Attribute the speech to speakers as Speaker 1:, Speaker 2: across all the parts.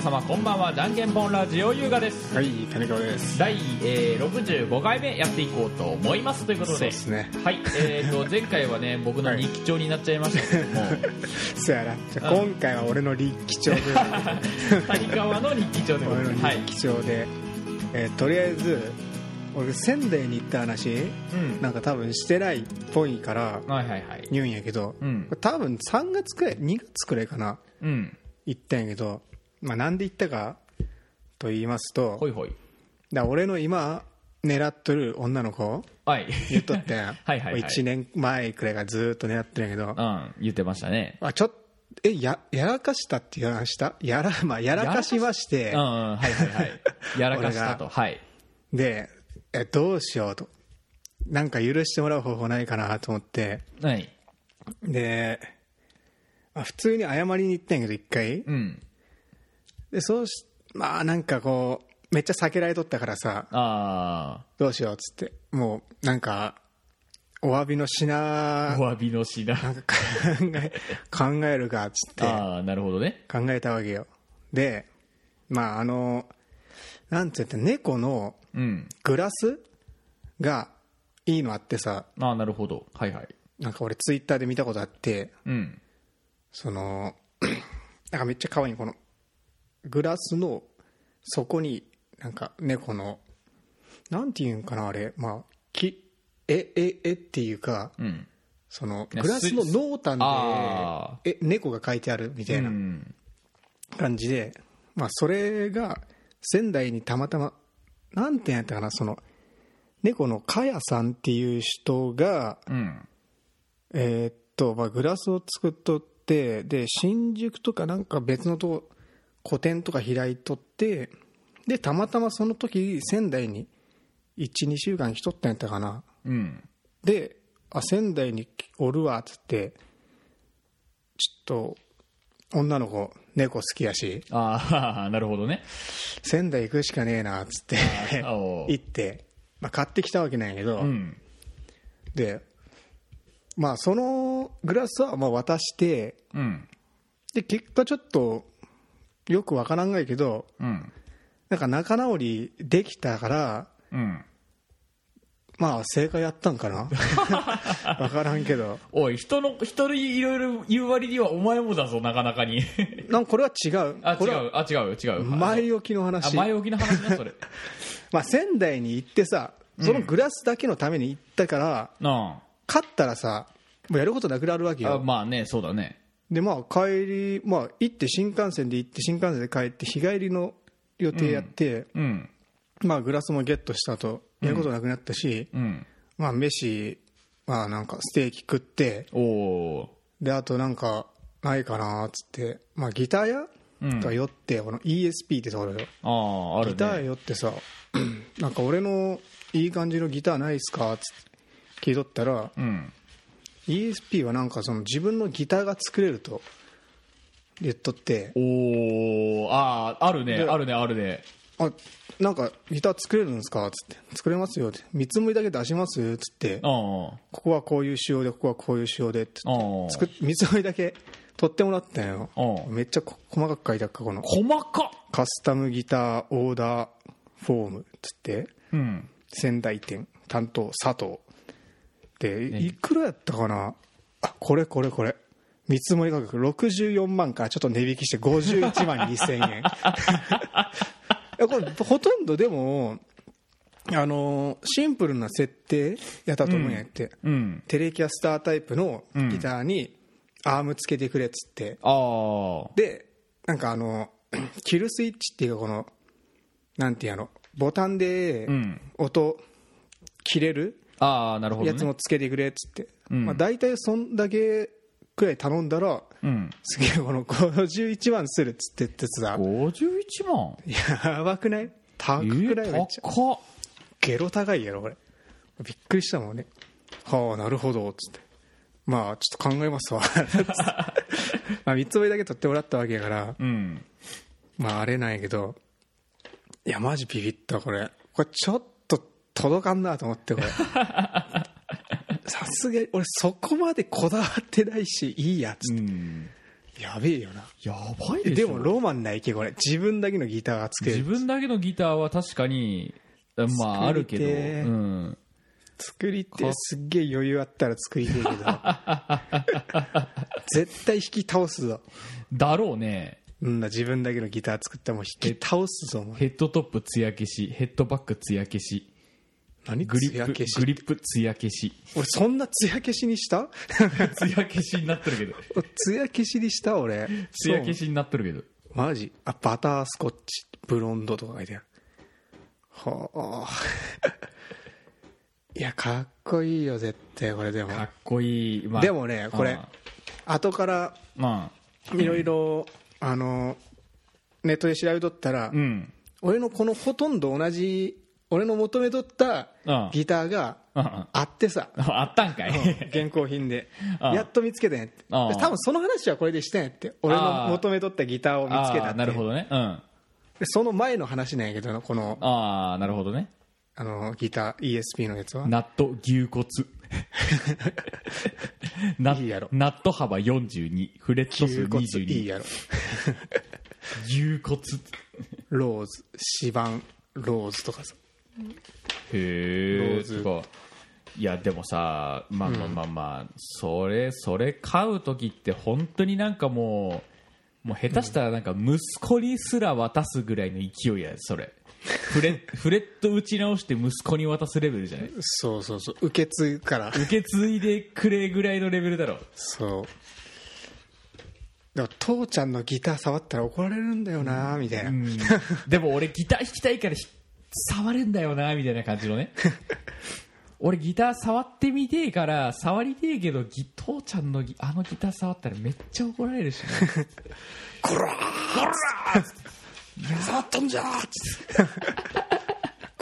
Speaker 1: はじゃんけんぽんラジオ優雅です
Speaker 2: はい、谷川です。
Speaker 1: 第、えー、65回目やっていこうと思いますということで
Speaker 2: そうですね。
Speaker 1: はいえー、と前回はね僕の日記帳になっちゃいましたけども、
Speaker 2: そやな。じゃあ今回は俺の力 長で、
Speaker 1: 谷川の日記帳でござ
Speaker 2: 俺
Speaker 1: い
Speaker 2: の
Speaker 1: ますはい、
Speaker 2: 力長で、えーとりあえず、俺仙台に行った話、
Speaker 1: うん、
Speaker 2: なんか多分してないっぽいから
Speaker 1: はいはいはい
Speaker 2: 言うんやけど、
Speaker 1: うん
Speaker 2: 多分3月くらい、2月くらいかな、
Speaker 1: うん
Speaker 2: 行ったんやけど、まあなんで行ったかと言いますと、
Speaker 1: ほいほい
Speaker 2: だから俺の今狙っとる女の子、
Speaker 1: はい
Speaker 2: 言 っとってん
Speaker 1: はいはい
Speaker 2: 1年前くらいからずーっと狙ってるんやけど、
Speaker 1: うん言ってましたね
Speaker 2: あちょっとえややらかしたっていう話したやら,、まあ、やらかしまし
Speaker 1: う
Speaker 2: て
Speaker 1: んうんはいはいはいやらかしたとはい
Speaker 2: でえどうしようとなんか許してもらう方法ないかなと思って
Speaker 1: はい
Speaker 2: で、まあ、普通に謝りに行ったんやけど一回
Speaker 1: うん
Speaker 2: でそうしまあなんかこうめっちゃ避けられとったからさ
Speaker 1: あ
Speaker 2: どうしようっつってもうなんかお詫びの品
Speaker 1: あ
Speaker 2: な
Speaker 1: お詫びの品
Speaker 2: んか考え考えるかっつって
Speaker 1: ああなるほどね
Speaker 2: 考えたわけよでまああのなんて言って猫の
Speaker 1: うん
Speaker 2: グラスがいいのあってさ
Speaker 1: ああなるほどはいはい
Speaker 2: なんか俺ツイッターで見たことあって
Speaker 1: うん
Speaker 2: その なんかめっちゃ可愛いこのグラスの底になんか猫のなんていうんかなあれまあきえええっていうか
Speaker 1: うん
Speaker 2: その
Speaker 1: ね
Speaker 2: グラスの
Speaker 1: す
Speaker 2: 濃淡
Speaker 1: あ
Speaker 2: でえ猫が書いてあるみたいな
Speaker 1: うん
Speaker 2: 感じで、まあ、それが仙台にたまたま何てやったかなその猫のかやさんっていう人が
Speaker 1: うん
Speaker 2: えーっと、まあ、グラスを作っとってで新宿とかなんか別のとこ個展とか開いとってでたまたまその時仙台に12週間来とったんやったかな
Speaker 1: うん
Speaker 2: であ仙台におるわっつってちょっと女の子猫好きやし
Speaker 1: ああ なるほどね
Speaker 2: 仙台行くしかねえなっつって
Speaker 1: あ おう
Speaker 2: 行って、まあ、買ってきたわけなんやけど、
Speaker 1: うん
Speaker 2: でまあそのグラスはまあ渡して
Speaker 1: うん
Speaker 2: で結果ちょっとよくわからんがいけど
Speaker 1: うん
Speaker 2: なんか仲直りできたから
Speaker 1: うん
Speaker 2: まあ正解やったん かなわからんけど
Speaker 1: おい人の人にいろいろ言う割にはお前もだぞなかなか に
Speaker 2: なんかこれは違う
Speaker 1: あ違
Speaker 2: これは
Speaker 1: うあ違う違う
Speaker 2: 前置きの
Speaker 1: あ
Speaker 2: 話
Speaker 1: 前置きの話 ねそれ
Speaker 2: まあ、仙台に行ってさそのグラスだけのために行ったから、
Speaker 1: な
Speaker 2: 勝ったらさもうやることなくなるわけ
Speaker 1: あ
Speaker 2: よ
Speaker 1: あまあねそうだね
Speaker 2: でまあ帰り、まあ、行って新幹線で行って新幹線で帰って日帰りの予定やって、
Speaker 1: うん
Speaker 2: まあ、グラスもゲットしたとやることなくなったし、
Speaker 1: うん
Speaker 2: まあ、飯、まあ、なんかステーキ食って
Speaker 1: おお
Speaker 2: であとなんかないかなっつって、まあ、ギター屋、
Speaker 1: うん
Speaker 2: とか寄ってこの ESP ってところよ
Speaker 1: ああある
Speaker 2: ギター
Speaker 1: ね
Speaker 2: 寄ってさ なんか俺のいい感じのギターないっすかっつって聞いとったら
Speaker 1: うん
Speaker 2: ESP はなんかその自分のギターが作れると言っとって
Speaker 1: おおあああるね
Speaker 2: で
Speaker 1: あるねあるね
Speaker 2: あなんかギター作れるんですか?」っつって「作れますよ」って「見積もりだけ出します?」っつって
Speaker 1: ああ
Speaker 2: 「ここはこういう仕様でここはこういう仕様で」って
Speaker 1: ああ
Speaker 2: 作っ見積もりだけ取ってもらったんよ
Speaker 1: うん
Speaker 2: めっちゃこ細かく書いてあっかこの
Speaker 1: 細かっ
Speaker 2: カスタムギターオーダーフォームっつって
Speaker 1: うん
Speaker 2: 仙台店担当佐藤で
Speaker 1: ね
Speaker 2: いくらやったかなあこれこれこれ見積もり価格64万からちょっと値引きして51万2000円 いやこれほとんどでもあのシンプルな設定やったと思うんやって、
Speaker 1: うん
Speaker 2: テレキャスタータイプのギターにアームつけてくれっつって、
Speaker 1: ああ
Speaker 2: でなんかあの キルスイッチっていうかこのなんていうのボタンで
Speaker 1: うん
Speaker 2: 音切れる
Speaker 1: ああなるほど
Speaker 2: や
Speaker 1: ね
Speaker 2: つもつけてくれっつって、
Speaker 1: うん
Speaker 2: まあ、大体そんだけくらい頼んだら
Speaker 1: うん
Speaker 2: すげえこの51万するっつってってさ
Speaker 1: 51万
Speaker 2: やばくない高
Speaker 1: え
Speaker 2: くないめっちゃ
Speaker 1: 高っ
Speaker 2: ゲロ高いやろこれびっくりしたもんねはあなるほどっつってまあちょっと考えま すわまあ3つ目だけ取ってもらったわけやから
Speaker 1: うん
Speaker 2: まああれなんやけどいやマジビビったこれこれちょっと届かんなと思って これさすがに俺そこまでこだわってないしいいやっつって、
Speaker 1: うん
Speaker 2: やべえよな
Speaker 1: やばい
Speaker 2: え
Speaker 1: でし
Speaker 2: で
Speaker 1: ょ
Speaker 2: もロマンないけこれ自分だけのギターが作れ
Speaker 1: 自
Speaker 2: る
Speaker 1: 分だけのギターは確かにまああ
Speaker 2: 作
Speaker 1: る
Speaker 2: りて
Speaker 1: け
Speaker 2: ー
Speaker 1: ど、うん、
Speaker 2: 作りてえすっげえ余裕あったら作りてえけ ど絶対引き倒すぞ
Speaker 1: だろうね
Speaker 2: うんな自分だけのギター作ったらもう引き倒すぞお前
Speaker 1: ヘッドトップ艶消しヘッドバック艶消し
Speaker 2: 何
Speaker 1: グリ
Speaker 2: 艶
Speaker 1: ッ
Speaker 2: 消
Speaker 1: プ
Speaker 2: し
Speaker 1: グリップ艶消し
Speaker 2: 俺そんな艶消しにした
Speaker 1: 艶消しになってるけど
Speaker 2: 艶消しにした俺
Speaker 1: 艶消しになってるけど
Speaker 2: そうマジあバタースコッチブロンドとか書いてあるはあ いやかっこいいよ絶対これでも
Speaker 1: かっこいい、まあ
Speaker 2: でもねこれ後から
Speaker 1: まあ
Speaker 2: いろいろあのネットで調べとったら、
Speaker 1: うん
Speaker 2: 俺のこのほとんど同じ俺の求めとった
Speaker 1: うん
Speaker 2: ギターが
Speaker 1: うん
Speaker 2: あってさ
Speaker 1: あったんかい
Speaker 2: 現行 品で
Speaker 1: うん
Speaker 2: やっと見つけたんやって
Speaker 1: あ
Speaker 2: 多分その話はこれでしたんやって俺の求めとったギターを見つけた
Speaker 1: あ
Speaker 2: っ
Speaker 1: ー
Speaker 2: て
Speaker 1: なるほどねうん
Speaker 2: でその前の話なんやけどなこの
Speaker 1: ああなるほどね
Speaker 2: あのギター ESP のやつは
Speaker 1: 納豆牛 骨な納
Speaker 2: いいやろ
Speaker 1: 豆幅42フレット数
Speaker 2: 牛骨いい
Speaker 1: 22
Speaker 2: やろ
Speaker 1: 牛骨
Speaker 2: ローズシバンローズとかさ
Speaker 1: へ
Speaker 2: ロ
Speaker 1: え
Speaker 2: ーズ
Speaker 1: すごいいやでもさまあまあまあまあ、それそれ買う時って本当になんかもうもう下手したらなんか息子にすら渡すぐらいの勢いやそれフレフレット打ち直して息子に渡すレベルじゃない
Speaker 2: そうそうそう受け継ぐから
Speaker 1: 受け継いでくれぐらいのレベルだろ
Speaker 2: そうだから父ちゃんのギター触ったら怒られるんだよなみたいな、
Speaker 1: うんでも俺ギター弾きたいからひ触れんだよなみたいな感じ のね俺ギター触ってみてえから触りてえけどギ父ちゃんのギあのギター触ったらめっちゃ怒られるしね
Speaker 2: こらー触ったんじゃーっつって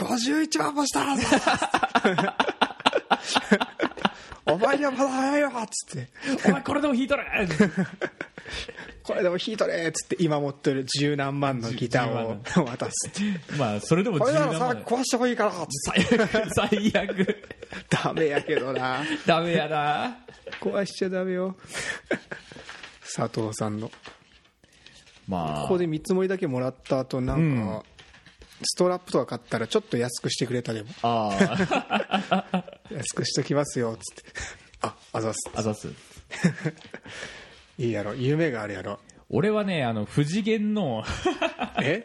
Speaker 2: 51番もしたら ぞお前にはまだ早いよっつって
Speaker 1: お前これでも弾い とる
Speaker 2: これでも弾いとれっつって今持ってる十何万のギタ
Speaker 1: 10
Speaker 2: ーを渡すって
Speaker 1: まあそれでも
Speaker 2: これ
Speaker 1: 柔
Speaker 2: なら
Speaker 1: 軟
Speaker 2: さ
Speaker 1: なの
Speaker 2: 壊してもいいからっつっ
Speaker 1: 最悪 最悪
Speaker 2: てダメやけど な
Speaker 1: ダメやな
Speaker 2: 壊しちゃダメよ 佐藤さんの
Speaker 1: まあ
Speaker 2: ここで見積もりだけもらった後なんか、
Speaker 1: うん
Speaker 2: ストラップとか買ったらちょっと安くしてくれたでも
Speaker 1: ああ
Speaker 2: 安くしときますよっつってああざっす
Speaker 1: あざっす
Speaker 2: いいやろ夢があるやろ
Speaker 1: 俺はねあの不次元 の
Speaker 2: え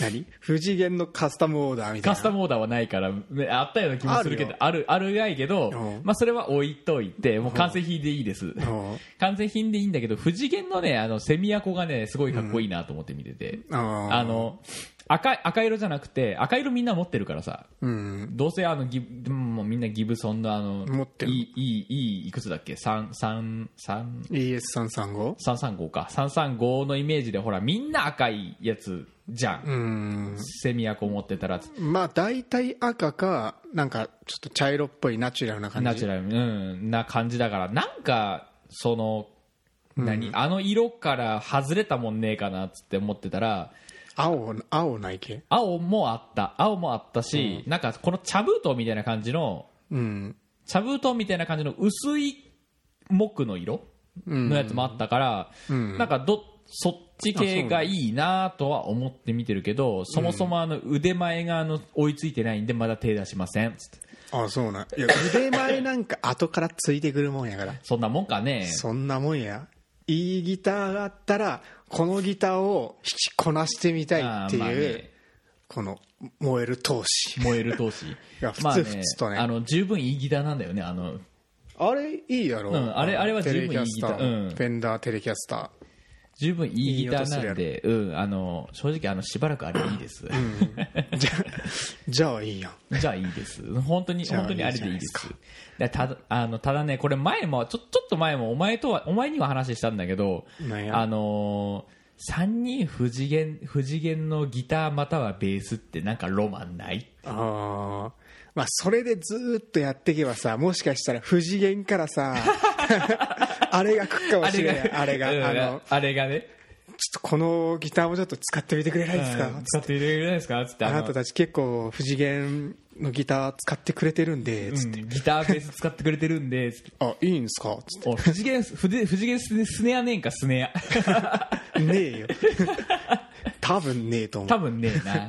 Speaker 2: 何不次元のカスタムオーダーみたい
Speaker 1: カ
Speaker 2: な
Speaker 1: スタムオーダーはないからねあったような気もするけどあるあるがいけど、
Speaker 2: うん
Speaker 1: まあ、それは置いといてもう完成品でいいです、
Speaker 2: ん
Speaker 1: 完成品でいいんだけど不次元のねあのセミアコがねすごいかっこいいなと思って見てて、
Speaker 2: あー
Speaker 1: あの赤い赤色じゃなくて赤色みんな持ってるからさ
Speaker 2: うん
Speaker 1: どうせあのギブうんもうみんなギブソンのあの
Speaker 2: 持ってる
Speaker 1: いいいいいいくつだっけ三三三
Speaker 2: ES335
Speaker 1: 335か335のイメージでほらみんな赤いやつじゃん、
Speaker 2: うん
Speaker 1: セミアコ持ってたら
Speaker 2: まあ大体赤かなんかちょっと茶色っぽいナチュラルな感じ
Speaker 1: ナチュラル、うん、な感じだからなんかその何、あの色から外れたもんねえかなっつって思ってたら
Speaker 2: 青青ないけ
Speaker 1: 青もあった青もあったし、なんかこの茶封筒みたいな感じの
Speaker 2: うん
Speaker 1: 茶封筒みたいな感じの薄い木の色のやつもあったから、なんかどそっち系がいいなとは思って見てるけどそもそもあの腕前があの追いついてないんでまだ手出しませんつって
Speaker 2: あそうなんいや腕前なんか後からついてくるもんやから
Speaker 1: そんなもんかね
Speaker 2: そんなもんやいいギターがあったらこのギターを弾きこなしてみたいっていう、
Speaker 1: あーまあね
Speaker 2: この燃える闘志
Speaker 1: 燃える闘 志
Speaker 2: や普通
Speaker 1: まあ
Speaker 2: 普通とね
Speaker 1: あの十分いいギターなんだよねあの
Speaker 2: あれいいやろ、
Speaker 1: うんあれあれは
Speaker 2: テレキャスタ
Speaker 1: 十分いいギターうん
Speaker 2: ーフェンダーテレキャスタ
Speaker 1: 十分いいギターなん
Speaker 2: い
Speaker 1: でうん、あの正直あのしばらくあれいいです、
Speaker 2: ーじゃじゃあいいやん
Speaker 1: じゃあいいです本当に
Speaker 2: ゃあ
Speaker 1: 本当にあれでいいで
Speaker 2: いいじ
Speaker 1: すだただあのただねこれ前もちょちょっと前もお前とはお前には話したんだけど
Speaker 2: なんや
Speaker 1: あのー、3人不次元不次元のギターまたはベースってなんかロマンない
Speaker 2: あーまあそれでずーっとやっていけばさもしかしたら不次元から さあれが来るかもしれないあれがあ
Speaker 1: うん
Speaker 2: の
Speaker 1: あれがね
Speaker 2: ちょっとこのギターもちょっと使ってみてくれないですか、
Speaker 1: うん使っていれるじゃないですかつって
Speaker 2: あ
Speaker 1: あ
Speaker 2: な
Speaker 1: の
Speaker 2: たたち結構不次元のギター使ってくれてるんで
Speaker 1: う
Speaker 2: つっ
Speaker 1: ん
Speaker 2: て、
Speaker 1: ギターベース使ってくれてるんでつって
Speaker 2: あいいんすかつっ
Speaker 1: お不次元不次不次元スネスネアねえんかスネア
Speaker 2: てねえよ 多分ねえと思
Speaker 1: 多
Speaker 2: う
Speaker 1: 分ねえ な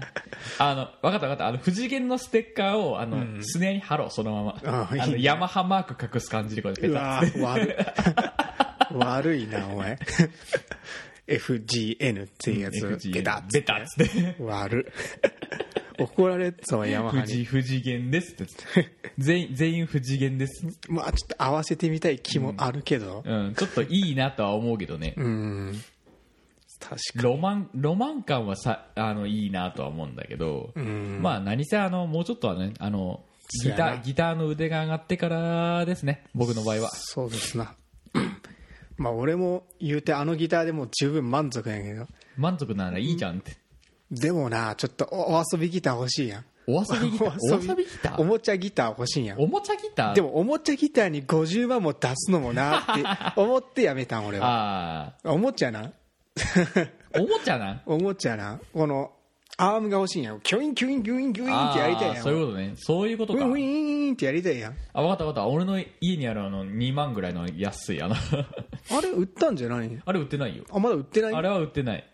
Speaker 1: あの分かった分かったあの不次元のステッカーをあの、スネアに貼ろうそのまま
Speaker 2: あ
Speaker 1: あ
Speaker 2: いいね
Speaker 1: のヤマハマーク隠す感じでこうやって
Speaker 2: う
Speaker 1: ペタッ
Speaker 2: わー悪い 悪いなお前 FGN っていうやつ
Speaker 1: FGN
Speaker 2: ベタッつ
Speaker 1: ベ
Speaker 2: って
Speaker 1: タッつって
Speaker 2: 悪い 怒られてたわヤマハ
Speaker 1: 不
Speaker 2: に
Speaker 1: 次不次元ですって言 って全員全員不次元です、
Speaker 2: まあちょっと合わせてみたい気もあるけど
Speaker 1: うん、ちょっといいなとは思うけどね、
Speaker 2: うん確かに
Speaker 1: ロマンロマン感はさあのいいなとは思うんだけど、
Speaker 2: ん
Speaker 1: まあ何せあのもうちょっとはねあのギ
Speaker 2: そうや
Speaker 1: タ
Speaker 2: な
Speaker 1: ーギターの腕が上がってからですね僕の場合は
Speaker 2: そうですな まあ俺も言うてあのギターでもう十分満足やけど
Speaker 1: 満足ならいいじゃんって、
Speaker 2: でもなちょっとおお遊びギター欲しいやん
Speaker 1: お遊びギターお遊びギタ
Speaker 2: お
Speaker 1: ー
Speaker 2: もちゃギター欲しいんやん
Speaker 1: おもちゃギター
Speaker 2: でもおもちゃギターに50万も出すのもなっ て思ってやめたん俺は
Speaker 1: あ
Speaker 2: おもちゃな
Speaker 1: あおもちゃな
Speaker 2: おもちゃなこのアームが欲しいんやんキュインキュインキュインキュインってやりたい
Speaker 1: あー
Speaker 2: やん
Speaker 1: そういうことねそういうこと
Speaker 2: ウィ
Speaker 1: か
Speaker 2: ンウィーンってやりたいやん
Speaker 1: あ分かった分かった俺の家にあるあの2万ぐらいの安いあの
Speaker 2: あれ売ったんじゃない
Speaker 1: あれ売ってないよ
Speaker 2: あまだ売ってない
Speaker 1: あれは売ってない、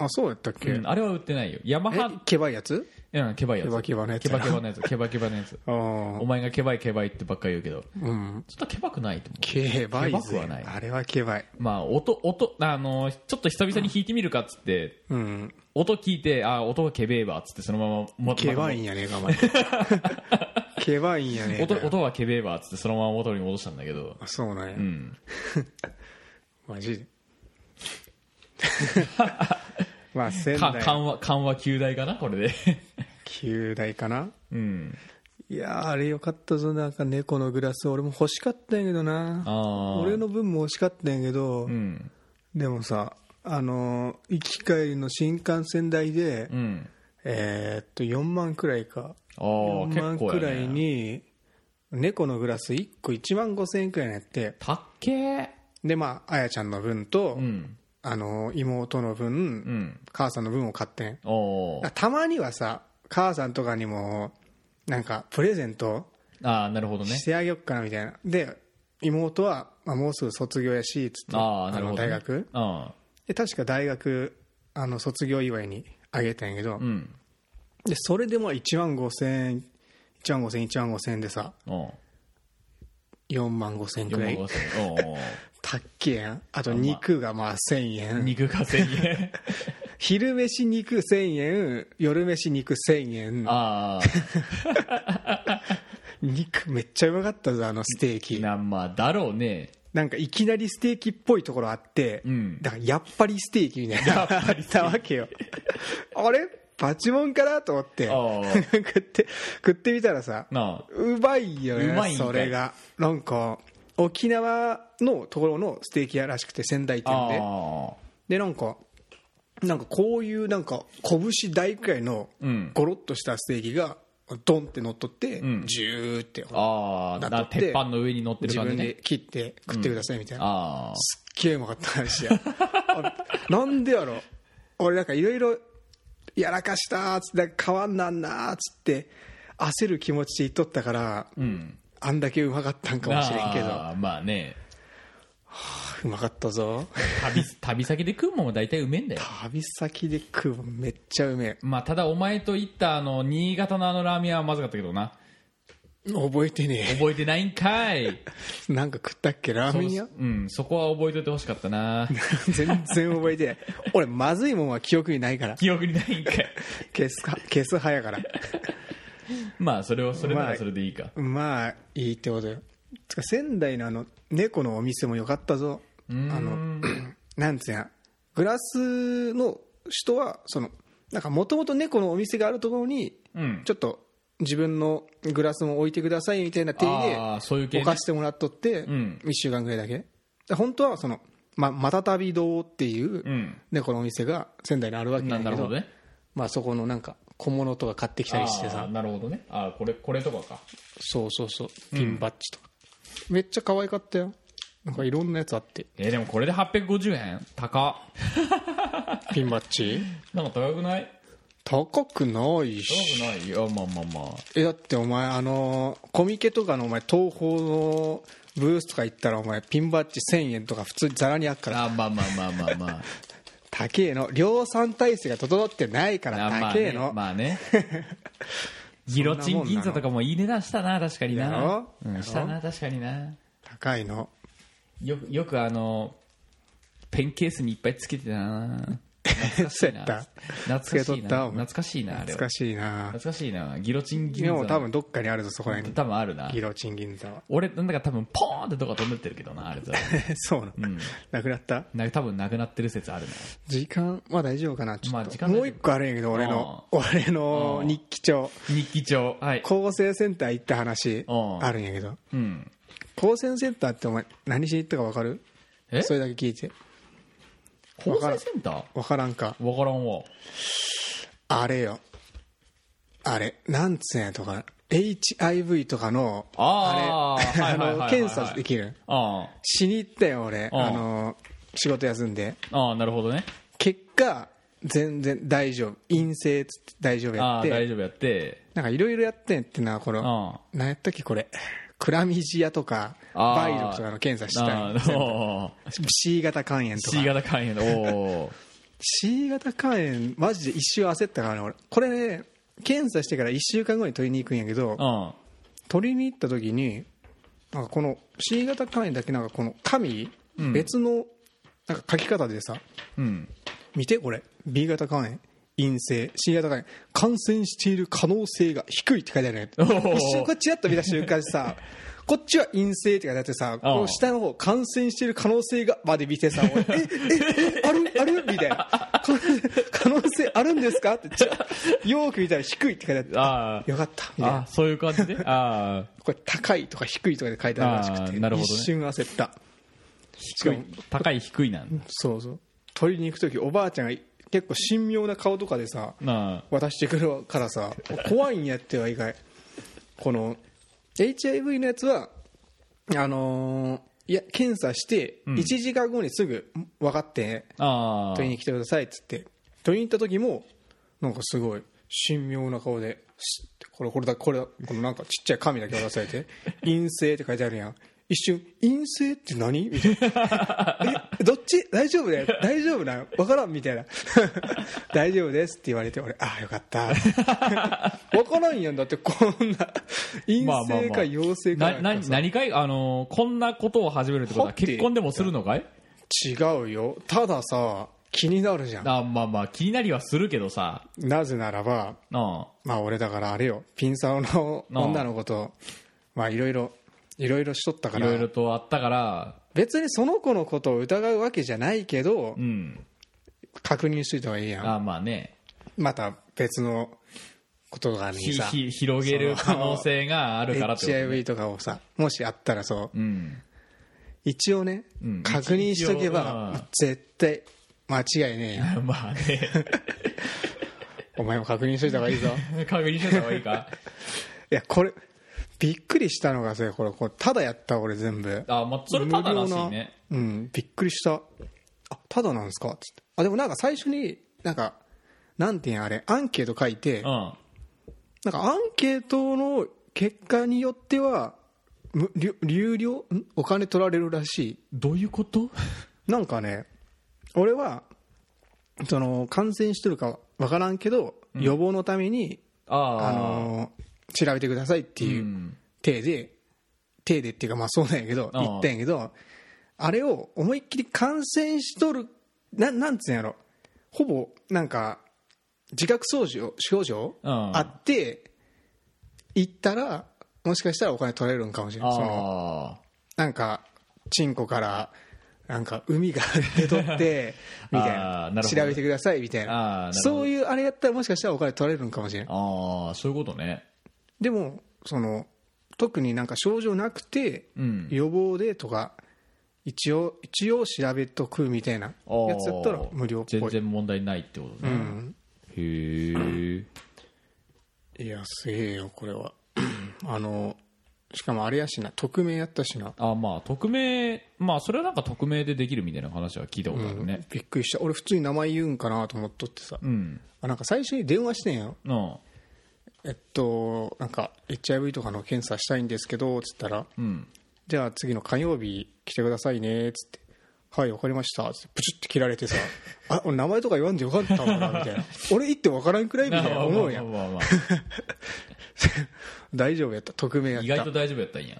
Speaker 2: あそうやったっけ、
Speaker 1: うん、あれは売ってないよヤマ
Speaker 2: え
Speaker 1: ハ
Speaker 2: ケバいやつ
Speaker 1: うんケバいやつ
Speaker 2: ケバケバのやつ
Speaker 1: ケバケバのやつ ケバケバのやつ
Speaker 2: ああ
Speaker 1: お前がケバいケバいってばっか言うけど
Speaker 2: うん
Speaker 1: ちょっとケバくないと思う
Speaker 2: ケバい
Speaker 1: ケバ
Speaker 2: ぜ
Speaker 1: くはない
Speaker 2: あれはケバい
Speaker 1: まあ音音あのちょっと久々に弾いてみるかっつって、
Speaker 2: うん
Speaker 1: 音聞いてあ音がケベえばっつってそのままも
Speaker 2: ケバいんやねえか お前ケバいんやねえか
Speaker 1: 音
Speaker 2: よ
Speaker 1: 音がケベえばっつってそのまま元に戻したんだけど
Speaker 2: あそうなんや、
Speaker 1: うん
Speaker 2: マ ジでまあ仙
Speaker 1: か
Speaker 2: 台
Speaker 1: 緩和緩和球大かなこれで
Speaker 2: 旧大かな
Speaker 1: うん
Speaker 2: いやーあれよかったぞなんか猫のグラス俺も欲しかったんやけどな
Speaker 1: ああ
Speaker 2: 俺の分も欲しかったんやけど、
Speaker 1: うん
Speaker 2: でもさあのー行き帰りの新幹線代で、
Speaker 1: うん
Speaker 2: えーっと4万くらいか
Speaker 1: ああ
Speaker 2: 4
Speaker 1: 結
Speaker 2: 万
Speaker 1: 構や、
Speaker 2: く
Speaker 1: ね、
Speaker 2: らいに猫のグラス1個1万5000円くらいになって
Speaker 1: たっけー
Speaker 2: でまああやちゃんの分と、
Speaker 1: うん
Speaker 2: あの妹の分、
Speaker 1: うん
Speaker 2: 母さんの分を買ってん
Speaker 1: おー
Speaker 2: たまにはさ母さんとかにもなんかプレゼント
Speaker 1: ああなるほどね
Speaker 2: してあげよっかなみたいなで妹は、まあ、もうすぐ卒業やしつって
Speaker 1: ああなる
Speaker 2: の
Speaker 1: ほど、ね、
Speaker 2: 大学
Speaker 1: あ
Speaker 2: で確か大学あの卒業祝いにあげたんやけど、
Speaker 1: あうん
Speaker 2: でそれでも1万5000円1万5000円1万5000円でさ
Speaker 1: うん
Speaker 2: 4万5000円くらい
Speaker 1: 4 5
Speaker 2: たっけやんあと
Speaker 1: まあ
Speaker 2: 肉がまあ1000円
Speaker 1: 肉が1000円
Speaker 2: 昼飯肉1000円夜飯肉1000円
Speaker 1: あ
Speaker 2: 肉めっちゃうまかったぞあのステー
Speaker 1: あ
Speaker 2: キ
Speaker 1: なまあだろうね
Speaker 2: なんかいきなりステーキっぽいところあって、
Speaker 1: うん
Speaker 2: だからやっぱりステーキみたいなやっぱりたわけよあれパチモンかなと思って
Speaker 1: ああ
Speaker 2: 食って食ってみたらさ
Speaker 1: な
Speaker 2: うまいよね
Speaker 1: うまいんかい
Speaker 2: それがなんか沖縄のところのステーキ屋らしくて仙台
Speaker 1: ああ
Speaker 2: 店で
Speaker 1: あ
Speaker 2: でなんかなんかこういうなんか拳大くらいの
Speaker 1: うん
Speaker 2: ゴロッとしたステーキがドンって乗っとって、
Speaker 1: ん
Speaker 2: ジューって
Speaker 1: ああ
Speaker 2: だ
Speaker 1: だ
Speaker 2: っと
Speaker 1: から鉄板の上に乗ってる
Speaker 2: 自
Speaker 1: 感じ
Speaker 2: 分
Speaker 1: ね
Speaker 2: で切って食ってくださいみたいな、
Speaker 1: あ
Speaker 2: すっげえうまかった話や あれなんでやろ俺なんかいろいろやらかしたーっつって変わんなんなーっつって焦る気持ちで言っとったから、
Speaker 1: あうん
Speaker 2: あんだけうまかったんかもしれんけど
Speaker 1: ああまあね
Speaker 2: うまかったぞ
Speaker 1: 旅 旅先で食うもんは大体うめえんだよ
Speaker 2: 旅先で食うもんめっちゃうめえ
Speaker 1: まあただお前と行ったあの新潟のあのラーメン屋はまずかったけどな
Speaker 2: 覚えてね
Speaker 1: 覚えてないんかい
Speaker 2: えなんか食ったっけラーメン屋
Speaker 1: うんそこは覚えておいてほしかったな
Speaker 2: 全然覚えてない俺まずいもんは記憶にないから
Speaker 1: 記憶にないんかい
Speaker 2: 消すか消す早から
Speaker 1: まあそれはそれならそれでいいか、
Speaker 2: まあいいってことよつか仙台のあの猫のお店も良かったぞあ
Speaker 1: ん
Speaker 2: の なんつうやグラスの人はそのなんかもともと猫のお店があるところに
Speaker 1: うん
Speaker 2: ちょっと自分のグラスも置いてくださいみたいな手
Speaker 1: あ
Speaker 2: 入
Speaker 1: あそういう
Speaker 2: れ
Speaker 1: 系
Speaker 2: 置
Speaker 1: ね
Speaker 2: かしてもらっとって
Speaker 1: ん
Speaker 2: 1週間ぐらいだけで本当はそのままたたび堂っていう
Speaker 1: うん
Speaker 2: 猫のお店が仙台にあるわけ
Speaker 1: な
Speaker 2: なん
Speaker 1: な
Speaker 2: だ
Speaker 1: る
Speaker 2: け
Speaker 1: ほ
Speaker 2: ど
Speaker 1: どね
Speaker 2: まあそこのなんか小物とか買ってきたりして
Speaker 1: あ
Speaker 2: さ
Speaker 1: ーなるほどねあーこれこれとかか
Speaker 2: そうそうそうピンバッジとか、めっちゃ可愛かったよなんかいろんなやつあって
Speaker 1: えーでもこれで850円高っ
Speaker 2: ピンバッジ
Speaker 1: なんか高くない
Speaker 2: 高くないし
Speaker 1: すごくないいやまあまあまあ
Speaker 2: えだってお前あのコミケとかのお前東宝のブースとか行ったらお前ピンバッジ1000円とか普通にザラにあっから
Speaker 1: あまあまあまあまあまあ
Speaker 2: 高えの量産体制が整ってないから
Speaker 1: あまあ
Speaker 2: 高え
Speaker 1: ね
Speaker 2: の、
Speaker 1: まあねギロチン銀座とかもいい値段したな確かに
Speaker 2: だ
Speaker 1: な
Speaker 2: ろ、
Speaker 1: うん、したな確かにな
Speaker 2: 高いの
Speaker 1: よくよくあのペンケースにいっぱいつけてたな懐かし いな
Speaker 2: そうやった
Speaker 1: 懐か
Speaker 2: つ
Speaker 1: し
Speaker 2: け
Speaker 1: い
Speaker 2: と
Speaker 1: な
Speaker 2: ったお前
Speaker 1: 懐かしいなあれ
Speaker 2: 懐
Speaker 1: は
Speaker 2: かしいな
Speaker 1: 懐かしいなギロチン銀
Speaker 2: で
Speaker 1: 座
Speaker 2: も多分どっかにあるぞそこら辺に
Speaker 1: 多分あるな
Speaker 2: ギロチン銀座は
Speaker 1: 俺なんか多分ポーンってとか飛んでってるけどなあれ多分
Speaker 2: そうなんだ、なくなった
Speaker 1: な多分なくなってる説あるな
Speaker 2: 時間は大丈夫かなちょ
Speaker 1: まあ
Speaker 2: っ
Speaker 1: 時
Speaker 2: と
Speaker 1: 間大丈夫
Speaker 2: もう一個あるんやけど俺の俺の
Speaker 1: うん
Speaker 2: 日記帳
Speaker 1: 日記帳はい
Speaker 2: 構成センター行った話
Speaker 1: うん
Speaker 2: あるんやけど
Speaker 1: うん
Speaker 2: 高専センターってお前何しに行ったか分かる
Speaker 1: え
Speaker 2: それだけ聞いて
Speaker 1: 構成センター
Speaker 2: 分からんか
Speaker 1: わからんわ
Speaker 2: あれよあれなんつうんやとか HIV とかの
Speaker 1: あー
Speaker 2: あ
Speaker 1: はい
Speaker 2: れ
Speaker 1: はいはいはいは
Speaker 2: あの
Speaker 1: い
Speaker 2: 検査できる
Speaker 1: あ
Speaker 2: しに行ったよ俺
Speaker 1: うん
Speaker 2: あの仕事休んで
Speaker 1: あああなるほどね
Speaker 2: 結果全然大丈夫陰性っつって大丈夫や
Speaker 1: あ
Speaker 2: っ
Speaker 1: あ大
Speaker 2: て
Speaker 1: 丈夫やって
Speaker 2: なんかいろいろやってんってなこの
Speaker 1: あ
Speaker 2: 何やったっけこれクラミジアとか
Speaker 1: あー
Speaker 2: 梅毒とかの検査し
Speaker 1: あ
Speaker 2: た
Speaker 1: あ
Speaker 2: よ
Speaker 1: あおー
Speaker 2: C 型肝炎とか
Speaker 1: C 型肝炎のおー
Speaker 2: C 型肝炎マジで一瞬焦ったからね俺これね検査してから1週間後に取りに行くんやけど
Speaker 1: うん
Speaker 2: 取りに行った時になんかこの C 型肝炎だけなんかこの紙、
Speaker 1: うん
Speaker 2: 別のなんか書き方でさ
Speaker 1: うん
Speaker 2: 見てこれ B 型肝炎陰性 C 型肝炎感染している可能性が低いって書いてあるね
Speaker 1: おー
Speaker 2: 一瞬こっちやっと見た瞬間にさこっちは陰性って書いてあってさこの下の方感染している可能性がまで見てさ俺えええあるあるみたいなこ可能性あるんですかってちょよく見たら低いって書いてあっ
Speaker 1: あ
Speaker 2: てよかったみ
Speaker 1: あ
Speaker 2: たい
Speaker 1: あ
Speaker 2: な
Speaker 1: そういう感じでああ
Speaker 2: これ高いとか低いとかで書いてあるらしく
Speaker 1: あ
Speaker 2: て、
Speaker 1: ーなるほどね
Speaker 2: 一瞬焦ったし
Speaker 1: 低い高い低いなんだ
Speaker 2: そうそう取りに行く時おばあちゃんが結構神妙な顔とかでさ
Speaker 1: な
Speaker 2: 渡してくるからさ怖いんやっては意外この HIV のやつはあのーいや検査して
Speaker 1: ん
Speaker 2: 1時間後にすぐ分かって
Speaker 1: あああ
Speaker 2: 取りに来てくださいっつって取りに行った時もなんかすごい神妙な顔でシッてこれこれだこれだこのなんかちっちゃい紙だけ渡され て「陰性」って書いてあるやん一瞬「陰性って何?」みたい な「えどっち大丈夫だよ大丈夫なの分からん」みたいな 「大丈夫です」って言われて俺「ああよか った」分からんやんだってこんな陰
Speaker 1: まあまあ
Speaker 2: 性
Speaker 1: まあ
Speaker 2: か陽性かな
Speaker 1: なん
Speaker 2: か
Speaker 1: な
Speaker 2: さ
Speaker 1: 何かいあのーこんなことを始めるってことは
Speaker 2: はって
Speaker 1: 結婚でもするのかい
Speaker 2: 違うよたださ気になるじゃん
Speaker 1: あまあまあ気になりはするけどさ
Speaker 2: なぜならば
Speaker 1: あ
Speaker 2: まあ俺だからあれよピンサロの
Speaker 1: ああ
Speaker 2: 女の子とまあいろいろいろいろしとった
Speaker 1: あ
Speaker 2: か
Speaker 1: い
Speaker 2: ら
Speaker 1: ろいろとあったから
Speaker 2: 別にその子のことを疑うわけじゃないけど
Speaker 1: うん
Speaker 2: 確認しといた方がいいやん
Speaker 1: あまあね
Speaker 2: また別のことが
Speaker 1: ひ
Speaker 2: にさ
Speaker 1: ひ広げる可能性があるからってことね
Speaker 2: HIV とかをさもしあったらそう
Speaker 1: うん
Speaker 2: 一応ね
Speaker 1: うん
Speaker 2: 確認しとけ
Speaker 1: 一応ま
Speaker 2: ば
Speaker 1: あ
Speaker 2: 絶対間違いねえよ
Speaker 1: まあね
Speaker 2: お前も確認しといた方がいいぞ
Speaker 1: 確認してた方がいいか
Speaker 2: いやこれびっくりしたのがさこれこれただやった俺全部
Speaker 1: あまあそれただらしいね
Speaker 2: 無料なうんびっくりしたあただなんですかっつってあでもなんか最初になんかなんていうんやあれアンケート書いて
Speaker 1: うんあ
Speaker 2: なんかアンケートの結果によっては無料有料んお金取られるらし
Speaker 1: どういうこと
Speaker 2: いなんかね俺はその感染してるかわからんけど、予防のために
Speaker 1: ああ
Speaker 2: あの調べてくださいっていううん体で、体でっていうかまあそうなんやけど
Speaker 1: ああ
Speaker 2: 言ったんやけどあれを思いっきり感染しとるなんなんつうんやろほぼなんか自覚症状症状
Speaker 1: うん
Speaker 2: あって行ったらもしかしたらお金取られるんかもしれないその
Speaker 1: あ
Speaker 2: なんかチンコからなんか海が 出とってみたい
Speaker 1: あー
Speaker 2: な
Speaker 1: なるほど
Speaker 2: 調べてくださいみたい
Speaker 1: あーな
Speaker 2: な
Speaker 1: るほど
Speaker 2: そういうあれやったらもしかしたらお金取られるんかもしれない
Speaker 1: ーあーそういうことね
Speaker 2: でもその特になんか症状なくて、
Speaker 1: うん
Speaker 2: 予防でとか一応一応調べとくみたいな
Speaker 1: あー
Speaker 2: やつだったら無料っ
Speaker 1: 全
Speaker 2: ぽい、
Speaker 1: 然問題ないってことね、
Speaker 2: うん、
Speaker 1: へえ
Speaker 2: いやすげえよこれは あのしかもあれやしな匿名やったしな、
Speaker 1: あまあ匿名まあそれはなんか匿名でできるみたいな話は聞いたことあるね
Speaker 2: びっくりした俺普通に名前言うんかなと思っとってさ、
Speaker 1: うん、
Speaker 2: あなんか最初に電話してんやん
Speaker 1: うん
Speaker 2: えっとなんか HIV とかの検査したいんですけどつったら
Speaker 1: うん、
Speaker 2: じゃあ次の火曜日来てくださいねっつって「はいわかりました」つってプチって切られてさ 「あ俺名前とか言わんでよかったのかな」み たいな「俺行ってわからんくらい」みたいな思うやん
Speaker 1: まあまあまあま
Speaker 2: 大丈夫やった匿名や
Speaker 1: あ
Speaker 2: っ
Speaker 1: 意外
Speaker 2: た
Speaker 1: と大丈夫やったんや、へ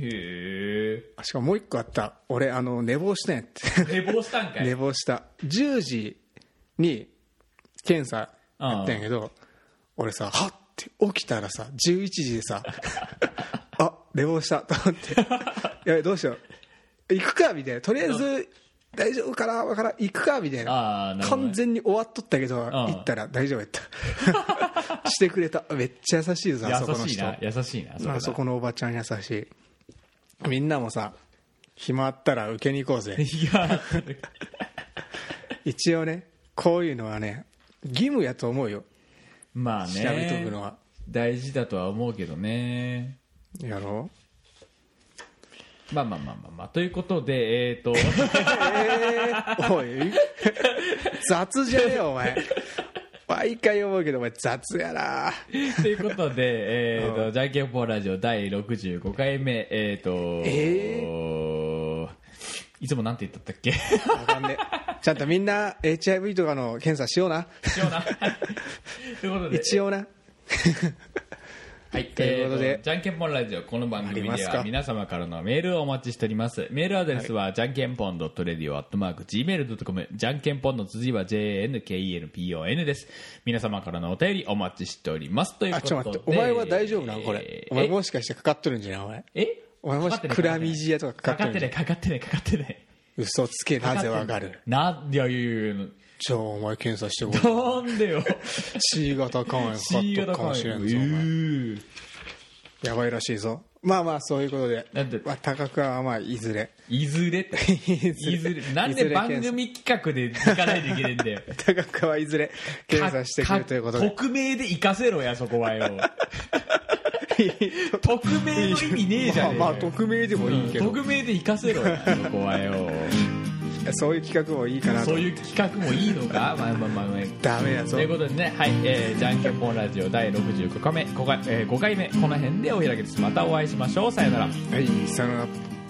Speaker 1: え
Speaker 2: あしかももう一個あった俺あの寝坊したんやって
Speaker 1: 寝坊したんかい、
Speaker 2: 寝坊した10時に検査やったんやけど俺さはっって起きたらさ11時 でさあ寝坊したと思ってやべどうしよう行くかみたいなとりあえず大丈夫かなわからん行くかみたい
Speaker 1: あー
Speaker 2: な
Speaker 1: なるほどね
Speaker 2: 完全に終わっとったけど行ったら大丈 夫やったしてくれためっちゃ優しいぞあそこの
Speaker 1: 優しい
Speaker 2: 人
Speaker 1: な優しいな
Speaker 2: あそ
Speaker 1: そこ
Speaker 2: このおばちゃん優しいみんなもさ暇あったら受けに行こうぜ
Speaker 1: だいや
Speaker 2: 一応ねこういうのはね義務やと思うよ
Speaker 1: まあね
Speaker 2: 調べとくのは
Speaker 1: 大事だとは思うけどね
Speaker 2: やろ
Speaker 1: まあまあまあまあまあということでえっ、ー、 と
Speaker 2: うおい雑じゃねえよお前毎回思うけどお前雑やな
Speaker 1: ということで、えーとじゃんけんぽんラジオ第65回目、えーといつもなんて言ったったっけ
Speaker 2: わかんねえちゃんとみんな HIV とかの検査しような
Speaker 1: 一応な。ということで、
Speaker 2: 一応な
Speaker 1: はい、
Speaker 2: ということで
Speaker 1: えーじゃんけんぽんラジオ、この番組
Speaker 2: あり
Speaker 1: で
Speaker 2: ますか
Speaker 1: は皆様からのメールをお待ちしております。メールアドレスは、じゃんけんぽん .radio.gmail.com、じゃんけんぽんの辻は jnkenpon です。皆様からのお便りお待ちしております。というこ
Speaker 2: あ
Speaker 1: と
Speaker 2: ち
Speaker 1: で。
Speaker 2: ょっと待ってお前は大丈夫なのこれお前もしかしてかかっとるんじゃないお前
Speaker 1: ええ
Speaker 2: お前もしクラミジアとか
Speaker 1: か
Speaker 2: かか
Speaker 1: か
Speaker 2: っ
Speaker 1: ってて
Speaker 2: る
Speaker 1: ない、かかってない、かかってない。
Speaker 2: 嘘つけなぜわかる
Speaker 1: ないやいやいやいや
Speaker 2: じゃあお前検査して こい
Speaker 1: なんでよ
Speaker 2: C 型肝炎かかっ
Speaker 1: C
Speaker 2: と
Speaker 1: 型
Speaker 2: るかも
Speaker 1: 肝
Speaker 2: しれ
Speaker 1: 炎
Speaker 2: んぞお前
Speaker 1: うー
Speaker 2: やばいらしいぞまあまあそういうことで
Speaker 1: なんで
Speaker 2: まあ、高くはまあいずれ
Speaker 1: いずれっていずれなん
Speaker 2: いず
Speaker 1: で
Speaker 2: れ
Speaker 1: 番組企画で行かないといけないんだよ
Speaker 2: 高くはいずれ検査してくるということ
Speaker 1: か
Speaker 2: で
Speaker 1: か匿名で行かせろやそこはよ匿名の意味ねえじゃねえ
Speaker 2: ま
Speaker 1: か
Speaker 2: あまあ匿名でもいいけど、
Speaker 1: 匿名で行かせろやそこはよ
Speaker 2: そういう企画もいいかな
Speaker 1: そ
Speaker 2: と
Speaker 1: ういう企画もいいのかまあまあまあまあ
Speaker 2: ダメやぞ
Speaker 1: ということでね、はい、えー、じゃんけんぽんラジオ第65回目、5回,、えー、5回目、この辺でお開きです。またお会いしましょう。さよなら。
Speaker 2: はいさよなら